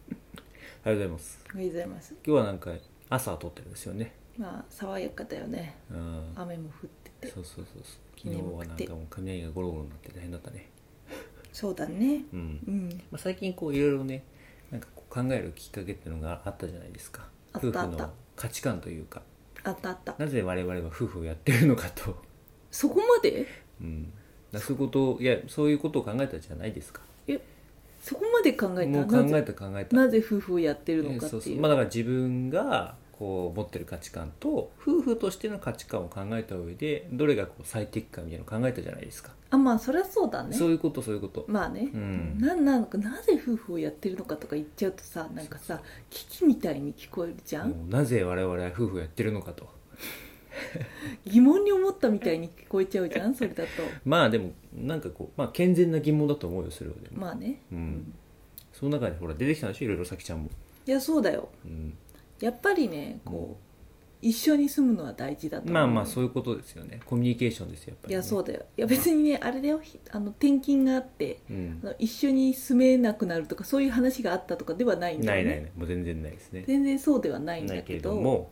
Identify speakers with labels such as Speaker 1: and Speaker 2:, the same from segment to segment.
Speaker 1: おはようございます
Speaker 2: おはようございます
Speaker 1: 今日はなんか朝撮ってるんですよね
Speaker 2: まあ爽やかだよね
Speaker 1: うん
Speaker 2: 雨も降ってて
Speaker 1: そうそうそうそう昨日はなんかもう雷がゴロゴロになって大変だったね
Speaker 2: そうだね
Speaker 1: うん、
Speaker 2: うん
Speaker 1: まあ、最近こういろいろねなんかこう考えるきっかけっていうのがあったじゃないですか
Speaker 2: あった
Speaker 1: 夫婦
Speaker 2: あった
Speaker 1: の価値観というか
Speaker 2: あったあった
Speaker 1: なぜ我々は夫婦をやってるのかと、
Speaker 2: そこまで
Speaker 1: うん、だからそういうことをいやそういうことを考えたじゃないですか
Speaker 2: そこまで考えた
Speaker 1: もう考
Speaker 2: な
Speaker 1: え
Speaker 2: ぜ
Speaker 1: た考えた
Speaker 2: なぜ夫婦をやってるのか
Speaker 1: そう
Speaker 2: って
Speaker 1: そう
Speaker 2: いう
Speaker 1: まあだから自分がこう持ってる価値観と夫婦としての価値観を考えた上でどれがこう最適かみたいなのを考えたじゃないですか、
Speaker 2: あまあそりゃそうだね
Speaker 1: そういうことそういうこと、
Speaker 2: まあね、
Speaker 1: うん
Speaker 2: なんなのかなぜ夫婦をやってるのかとか言っちゃうとさなんかさ危機みたいに聞こえるじゃん、
Speaker 1: もうなぜ我々は夫婦をやってるのかと
Speaker 2: 疑問に思ったみたいに聞こえちゃうじゃんそれだと
Speaker 1: まあでもなんかこう、まあ、健全な疑問だと思うよそれはでも、
Speaker 2: まあね
Speaker 1: うん、その中にほら出てきたでしょいろいろさきちゃんも、
Speaker 2: いやそうだよ
Speaker 1: うん、
Speaker 2: やっぱりねこ
Speaker 1: こ
Speaker 2: う一緒に住むのは大事だと
Speaker 1: う
Speaker 2: 思う
Speaker 1: まあまあそういうことですよねコミュニケーションですよやっぱ
Speaker 2: い
Speaker 1: り、ね、
Speaker 2: やそうだよいや別にねあれだよひあの転勤があって
Speaker 1: うん
Speaker 2: あの一緒に住めなくなるとかそういう話があったとかではないんだ
Speaker 1: ない
Speaker 2: よね
Speaker 1: ないないもう全然ないですね
Speaker 2: 全然そうではないん
Speaker 1: な
Speaker 2: だ
Speaker 1: いけ
Speaker 2: け
Speaker 1: れ
Speaker 2: ど
Speaker 1: ども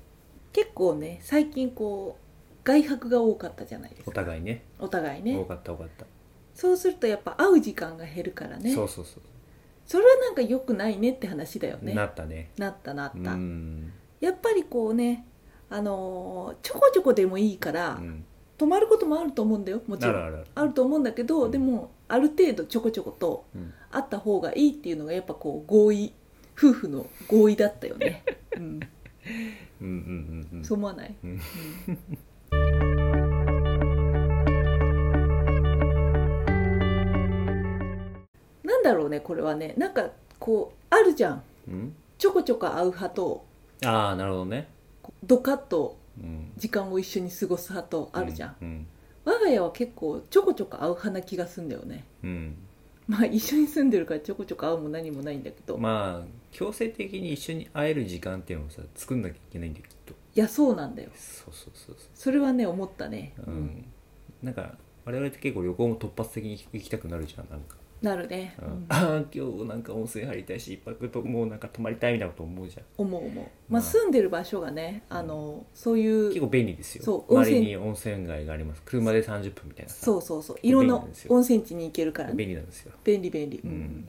Speaker 2: 結構ね最近こう外泊が多かったじゃないです
Speaker 1: お
Speaker 2: か
Speaker 1: 互いね
Speaker 2: お互い
Speaker 1: 多
Speaker 2: ね
Speaker 1: かった多かった、
Speaker 2: そうするとやっぱ会う時間が減るからね
Speaker 1: そうそうそう
Speaker 2: それはなんか良くないねって話だよね
Speaker 1: な
Speaker 2: な
Speaker 1: ったね
Speaker 2: ったなった、
Speaker 1: うん
Speaker 2: やっぱりこうねあのーちょこちょこでもいいから、
Speaker 1: うん
Speaker 2: 泊まることもあると思うんだよもち
Speaker 1: あ
Speaker 2: ろん
Speaker 1: るあるある
Speaker 2: あると思うんだけど、
Speaker 1: うん
Speaker 2: でもある程度ちょこちょこと
Speaker 1: うん
Speaker 2: あった方がいいっていうのがやっぱこう合意夫婦の合意だったよ ね、うん、
Speaker 1: うんうんうんうん
Speaker 2: そう思わない、
Speaker 1: うん
Speaker 2: うんなんだろうねこれはねなんかこうあるじゃん
Speaker 1: うん
Speaker 2: ちょこちょこ会う派と
Speaker 1: ああなるほどね
Speaker 2: こうドカッと
Speaker 1: うん
Speaker 2: 時間を一緒に過ごす派とあるじゃん、
Speaker 1: うん
Speaker 2: 我が家は結構ちょこちょこ会う派な気がすんだよね
Speaker 1: うん
Speaker 2: まあ一緒に住んでるからちょこちょこ会うも何もないんだけど、
Speaker 1: うんまあ強制的に一緒に会える時間っていうのをさ作んなきゃいけないんだよきっと
Speaker 2: いやそうなんだよ
Speaker 1: そうそうそうそ
Speaker 2: それはね思ったね、
Speaker 1: ううんなんか我々って結構旅行も突発的に行きたくなるじゃんなんか、
Speaker 2: なるね、
Speaker 1: う
Speaker 2: うんん、
Speaker 1: ああ今日なんか温泉入りたいし一泊ともうなんか泊まりたいみたいなこと思うじゃん
Speaker 2: 思う思う、
Speaker 1: ま
Speaker 2: まあ、
Speaker 1: あ
Speaker 2: 住んでる場所がねあのそういう
Speaker 1: 結構便利ですよ
Speaker 2: そう温
Speaker 1: 周
Speaker 2: 泉
Speaker 1: りに温泉街があります車で30分みたいなさ
Speaker 2: そうそうそういろん
Speaker 1: 便利
Speaker 2: な
Speaker 1: なんですよ
Speaker 2: 温泉地に行けるからね
Speaker 1: 便利なんですよ
Speaker 2: 便利便利、う
Speaker 1: うんん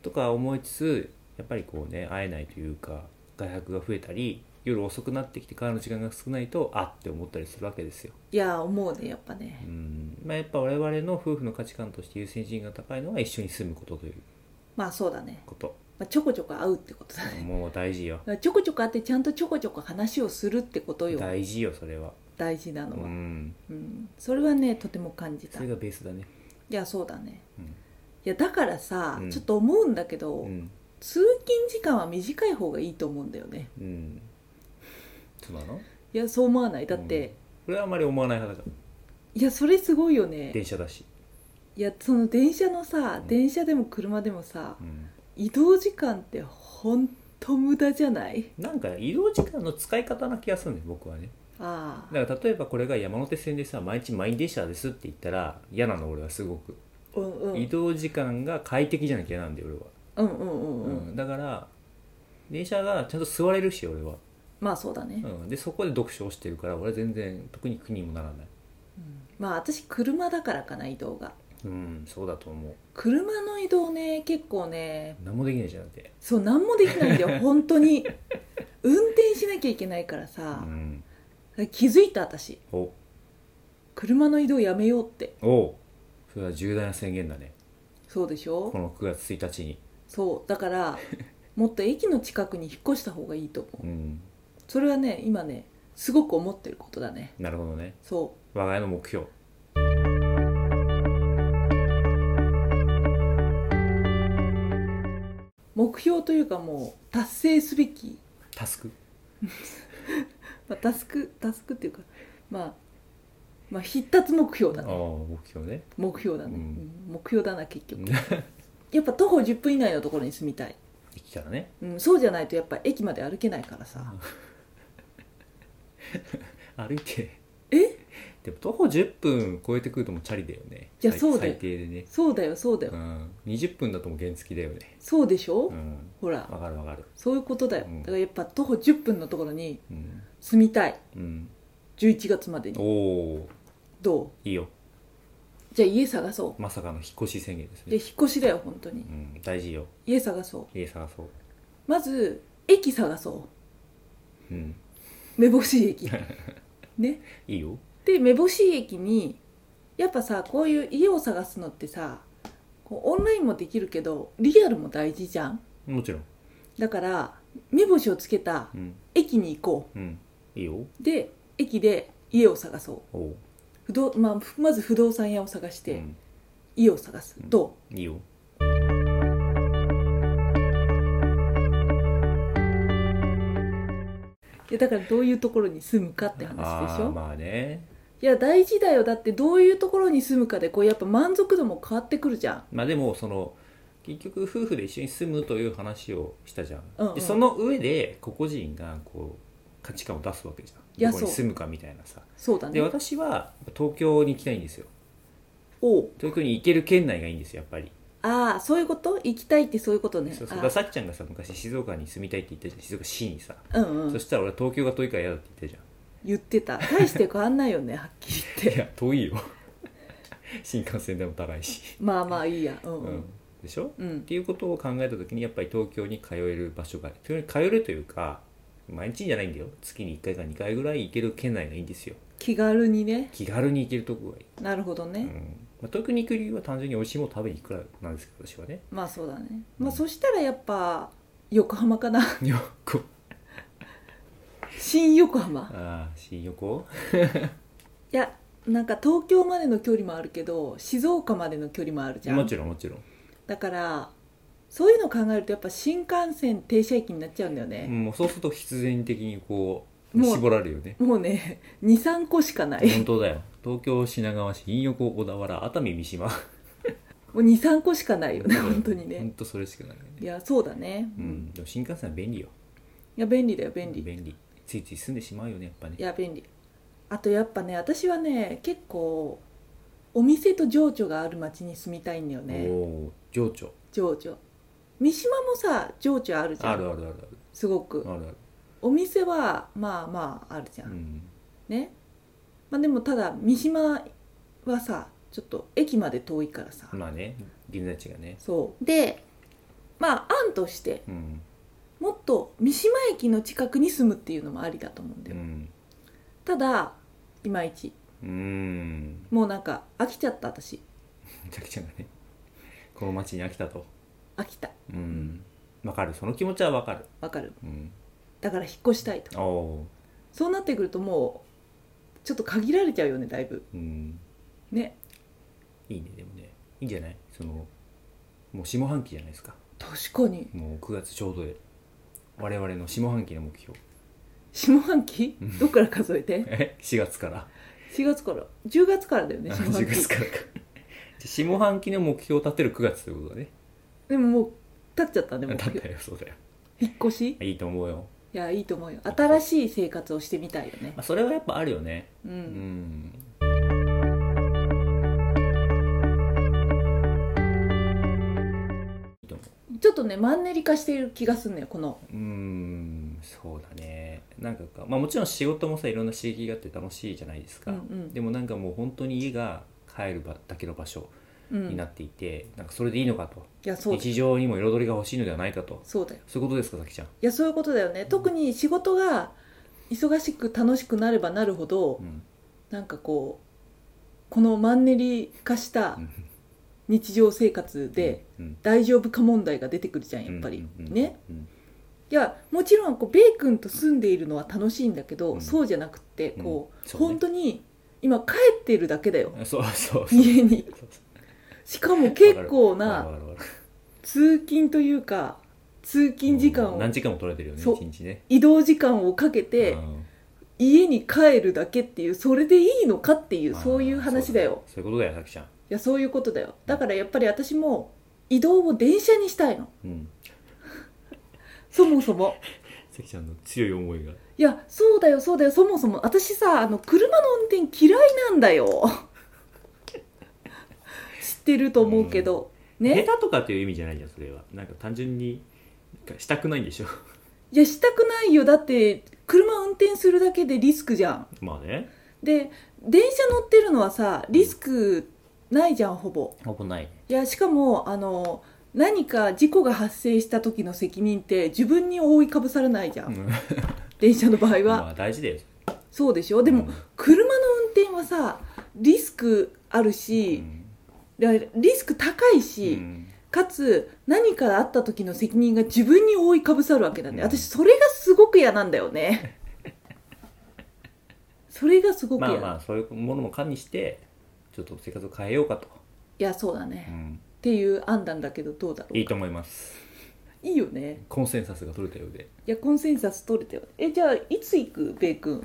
Speaker 1: とか思いつつやっぱりこうね会えないというか外泊が増えたり夜遅くなってきてからの時間が少ないとあって思ったりするわけですよ、
Speaker 2: いや思うねやっぱ
Speaker 1: う
Speaker 2: ね、
Speaker 1: んまあ、やっぱ我々の夫婦の価値観として優先順位が高いのは一緒に住むことという
Speaker 2: まあそうだね、
Speaker 1: こと
Speaker 2: まあ、ちょこちょこ会うってことだね、
Speaker 1: もう大事よ
Speaker 2: だからちょこちょこ会ってちゃんとちょこちょこ話をするってことよ
Speaker 1: 大事よそれは
Speaker 2: 大事な
Speaker 1: う
Speaker 2: のは、
Speaker 1: ん
Speaker 2: うん、それはねとても感じ
Speaker 1: そ
Speaker 2: た
Speaker 1: れ
Speaker 2: い
Speaker 1: がベースだね
Speaker 2: やそうだね
Speaker 1: うん
Speaker 2: いやだからさ、
Speaker 1: うん
Speaker 2: ちょっと思うんだけど、
Speaker 1: うん、
Speaker 2: 通勤時間は短い方がいいと思うんだよね
Speaker 1: うん、そうなの
Speaker 2: いやそう思わないだって、
Speaker 1: これはあまり思わない派だか
Speaker 2: いやそれすごいよ
Speaker 1: ら
Speaker 2: ね
Speaker 1: 電車だし、
Speaker 2: いやその電車のさ、
Speaker 1: うん
Speaker 2: 電車でも車でもさ
Speaker 1: うん、
Speaker 2: 移動時間ってほんと無駄じゃない
Speaker 1: なんか移動時間の使い方な気がするね僕はね
Speaker 2: ああ
Speaker 1: だから例えばこれが山手線でさ毎日満員電車ですって言ったら嫌なの俺はすごく、
Speaker 2: うんうんう
Speaker 1: 移
Speaker 2: ん
Speaker 1: 動時間が快適じゃなきゃ嫌なんだよ俺は、
Speaker 2: うんうんう、
Speaker 1: うんんだから電車がちゃんと座れるし俺は、
Speaker 2: まあそうだね、
Speaker 1: うん、でそこで読書をしてるから俺は全然特に苦にもならない
Speaker 2: まあ私車だからかな移動が
Speaker 1: うんそうだと思う
Speaker 2: 車の移動ね結構ね
Speaker 1: 何もできないじゃんって
Speaker 2: そう何もできないんだ よ本当に運転しなきゃいけないから
Speaker 1: う
Speaker 2: さ、
Speaker 1: ん
Speaker 2: 気づいた私
Speaker 1: お
Speaker 2: 車の移動やめようって
Speaker 1: おそれは重大な宣言だね
Speaker 2: そうでしょ
Speaker 1: この9月1日に
Speaker 2: そうだからもっと駅の近くに引っ越した方がいいと思う
Speaker 1: うん
Speaker 2: それはね今ねすごく思ってることだね
Speaker 1: なるほどね
Speaker 2: そ
Speaker 1: 我が家の目標
Speaker 2: う目標というかもう達成すべき、
Speaker 1: タスク
Speaker 2: まあ、タスクタスクっていうかまあまあ必達目標
Speaker 1: あ
Speaker 2: だ
Speaker 1: あ
Speaker 2: ね
Speaker 1: 目標ね
Speaker 2: 目標だね、
Speaker 1: うん
Speaker 2: うん目標だな結局
Speaker 1: 生
Speaker 2: やっぱ徒歩10分以内のところに住みたい、
Speaker 1: きたらね
Speaker 2: うん、そうじゃないとやっぱ駅まで歩けないからさ
Speaker 1: 歩いて
Speaker 2: え
Speaker 1: でも徒歩10分超えてくるともうチャリだよね
Speaker 2: いや
Speaker 1: 最
Speaker 2: そうだよ
Speaker 1: 最低でね、
Speaker 2: そうだよそうだよ、
Speaker 1: うん、20分だともう原付だよね
Speaker 2: そうでしょ、
Speaker 1: うん
Speaker 2: ほら
Speaker 1: わかるわかる
Speaker 2: そういうことだよ、
Speaker 1: うん
Speaker 2: だからやっぱ徒歩10分のところに
Speaker 1: うん、
Speaker 2: 住みたい
Speaker 1: うん、
Speaker 2: 11月までに
Speaker 1: おお
Speaker 2: ど
Speaker 1: いいよ
Speaker 2: うじゃあ家探そ
Speaker 1: まさかの引っ越し宣言です
Speaker 2: うで
Speaker 1: ね、
Speaker 2: 引っ越しだよ本当に
Speaker 1: うん、大事よ
Speaker 2: 家探そ
Speaker 1: 家探そう
Speaker 2: まず駅探そう
Speaker 1: うん
Speaker 2: う目星 駅ね
Speaker 1: いいよ
Speaker 2: で目星駅にやっぱさこういう家を探すのってさこうオンラインもできるけどリアルも大事じゃん
Speaker 1: もちろん
Speaker 2: だから目星をつけた
Speaker 1: うん
Speaker 2: 駅に行こ
Speaker 1: うんいいよ
Speaker 2: うで駅で家を探そう
Speaker 1: おう
Speaker 2: 不動、まあ、ふまず不動産屋を探し
Speaker 1: う
Speaker 2: て
Speaker 1: ん
Speaker 2: 家を探す、
Speaker 1: うん
Speaker 2: ど
Speaker 1: いいよ
Speaker 2: ういやだからどういうところに住むかって話でし
Speaker 1: あー
Speaker 2: ょ、
Speaker 1: まあね
Speaker 2: いや大事だよだってどういうところに住むかでこうやっぱ満足度も変わってくるじゃん
Speaker 1: まあでもその結局夫婦で一緒に住むという話をしたじゃん、
Speaker 2: うんうん
Speaker 1: でその上で個々人がこう価値観を出すわけじ
Speaker 2: い
Speaker 1: ゃ
Speaker 2: や
Speaker 1: んどこに
Speaker 2: そう
Speaker 1: 住むかみたいなさ
Speaker 2: そうだ
Speaker 1: で
Speaker 2: ね
Speaker 1: 私は東京に行きたいんですよ
Speaker 2: おう
Speaker 1: 東京に行ける県内がいいんですよやっぱり、
Speaker 2: ああそういうこと行きたいってそういうことね
Speaker 1: そうそう
Speaker 2: あ
Speaker 1: だからさっちゃんがさ昔静岡に住みたいって言ったじゃん静岡市にさ、
Speaker 2: うんう
Speaker 1: そ
Speaker 2: ん
Speaker 1: したら俺は東京が遠いから嫌だって言ったじ
Speaker 2: 言ってた大して変わんないよね はっきり言っ
Speaker 1: ゃんい
Speaker 2: て
Speaker 1: や遠いよ 新幹線でも高いし、
Speaker 2: まあまあいいやう
Speaker 1: うん
Speaker 2: うん、
Speaker 1: でしょ
Speaker 2: うん
Speaker 1: っていうことを考えた時にやっぱり東京に通える場所が東京に通えるというか毎日じゃないんだよ月に1回か2回ぐらい行ける県内がいいんですよ
Speaker 2: 気軽にね
Speaker 1: 気軽に行けるとこがいい、
Speaker 2: なるほどね、
Speaker 1: うんまあ、東京に行く理由は単純に美味しいもの食べに行くからなんですけど私はね
Speaker 2: まあそうだね、
Speaker 1: うん
Speaker 2: まあそしたらやっぱ横浜かな
Speaker 1: 横
Speaker 2: 新横浜
Speaker 1: ああ新横
Speaker 2: いやなんか東京までの距離もあるけど静岡までの距離もあるじゃん
Speaker 1: もちろんもちろん、
Speaker 2: だからそういうのを考えるとやっぱ新幹線停車駅になっちゃうんだよね、
Speaker 1: もうそうすると必然的にこう
Speaker 2: もう
Speaker 1: 絞られるよね
Speaker 2: もうね23個し かない
Speaker 1: 本当だよ東京品川市新横小田原熱海三島
Speaker 2: もう23個しかないよね本当にね
Speaker 1: 本当それしかないよね
Speaker 2: いやそうだね、
Speaker 1: う
Speaker 2: うん
Speaker 1: ん、でも新幹線は便利よ
Speaker 2: いや便利だよ便利い
Speaker 1: 便利ついつい住んでしまうよねやっぱね
Speaker 2: や便利あとやっぱね私はね結構お店と情緒がある町に住みたいんだよね
Speaker 1: おお情緒
Speaker 2: 情緒三島もさ情緒あるじゃん
Speaker 1: あるあるある
Speaker 2: すご
Speaker 1: あ
Speaker 2: く
Speaker 1: るあるある
Speaker 2: お店はまあまああるじゃん、
Speaker 1: うん
Speaker 2: ね、まあ、でもただ三島はさちょっと駅まで遠いからさ、
Speaker 1: まあね現在地がね
Speaker 2: そうでまあ案として
Speaker 1: うん
Speaker 2: もっと三島駅の近くに住むっていうのもありだと思うんだ
Speaker 1: う
Speaker 2: よ、
Speaker 1: ん
Speaker 2: ただいまいち
Speaker 1: うん
Speaker 2: もうなんか飽きちゃった私
Speaker 1: めちゃくちゃだ ねこの町に飽きたと
Speaker 2: 飽きた
Speaker 1: うんわかるその気持ちはわかる
Speaker 2: わかる
Speaker 1: うん
Speaker 2: だから引っ越したいと
Speaker 1: おお
Speaker 2: そうなってくるともうちょっと限られちゃうよねだいぶ
Speaker 1: ーうん
Speaker 2: ね
Speaker 1: いいねでもねいいんじゃないそのもう下半期じゃないですか
Speaker 2: 確かに
Speaker 1: もう9月ちょうどで我々の下半期の目標
Speaker 2: 下半期
Speaker 1: うん
Speaker 2: どっから数えて
Speaker 1: え4月から
Speaker 2: 4月から10月からだよね下半
Speaker 1: 4
Speaker 2: 期
Speaker 1: 月 からかじゃあ下半期の目標を立てる9月ということだね
Speaker 2: でももう経っちゃったねもう
Speaker 1: だったよそうだよ
Speaker 2: 引っ越し
Speaker 1: いいと思うよ、
Speaker 2: いやいいと思うよ新しい生活をしてみたいよね
Speaker 1: まあ、それはやっぱあるよね
Speaker 2: うん、
Speaker 1: うんいいと思
Speaker 2: ちょっとねマンネリ化している気がするのよこの
Speaker 1: ううんそうだねなんかか、まあ、もちろん仕事もさいろんな刺激があって楽しいじゃないです
Speaker 2: う
Speaker 1: か、
Speaker 2: んうん
Speaker 1: でもなんかもう本当に家が帰る場だけの場所
Speaker 2: うん
Speaker 1: に
Speaker 2: い
Speaker 1: なっていて、なんかそれでいいのかと
Speaker 2: やそう
Speaker 1: 日常にも彩りが欲しいのではないかと
Speaker 2: そうだよ
Speaker 1: そういうことですかさきちゃん、
Speaker 2: いやそういうことだよね特に仕事が忙しく楽しくなればなるほど
Speaker 1: うん
Speaker 2: なんかこうこのマンネリ化した
Speaker 1: うん
Speaker 2: 日常生活で
Speaker 1: うん
Speaker 2: 大丈夫か問題が出てくるじゃんやっぱり
Speaker 1: うんうんうん
Speaker 2: ね
Speaker 1: うん
Speaker 2: いやもちろんこうベイ君と住んでいるのは楽しいんだけど、
Speaker 1: うん
Speaker 2: そうじゃなくってこう,、
Speaker 1: うんそうね
Speaker 2: 本当に今帰ってるだけだよ
Speaker 1: そう そうそう
Speaker 2: 家に
Speaker 1: そうそ
Speaker 2: しかも結構
Speaker 1: うわか
Speaker 2: な
Speaker 1: るわかるわかる
Speaker 2: 通勤というか通勤時間
Speaker 1: もう
Speaker 2: を
Speaker 1: 何時間も取られてるよね
Speaker 2: そう
Speaker 1: 一日ね
Speaker 2: 移動時間をかけて
Speaker 1: うん
Speaker 2: 家に帰るだけっていうそれでいいのかっていう
Speaker 1: あー
Speaker 2: そういう話だよ
Speaker 1: そうそういうことだよさきちゃん
Speaker 2: いやそういうことだよだからやっぱり私も移動を電車にしたいの
Speaker 1: うん
Speaker 2: そもそも
Speaker 1: 関ちゃんの強い思いが
Speaker 2: いやそうだよそうだよそもそも私さあの車の運転嫌いなんだ よ知ってると思うけど、ね
Speaker 1: 下手とかという意味じゃないじゃんそれはなんか単純になんかしたくないんでしょ
Speaker 2: いやしたくないよだって車運転するだけでリスクじゃん
Speaker 1: まあね
Speaker 2: で電車乗ってるのはさリスクないじゃんほぼ
Speaker 1: ほぼない
Speaker 2: いやしかもあの何か事故が発生した時の責任って自分に覆いかぶされないじゃん、電車の場合は、
Speaker 1: まあ大事だよ
Speaker 2: そうでしょでも、
Speaker 1: うん
Speaker 2: 車の運転はさリスクある
Speaker 1: う
Speaker 2: し、
Speaker 1: ん
Speaker 2: でリスク高いし、
Speaker 1: うん
Speaker 2: かつ何かあった時の責任が自分に覆いかぶさるわけなんで、
Speaker 1: うん
Speaker 2: 私それがすごく嫌なんだよね それがすごく
Speaker 1: ま
Speaker 2: 嫌、
Speaker 1: あまあそういうものも加味してちょっと生活を変えようかと、
Speaker 2: いやそうだ
Speaker 1: う
Speaker 2: ね、っ
Speaker 1: ん、
Speaker 2: ていう案なんだけどどうだろう
Speaker 1: いいと思います
Speaker 2: いいよね
Speaker 1: コンセンサスが取れたようで
Speaker 2: いやコンセンサス取れてよえじゃあいつ行くベイ君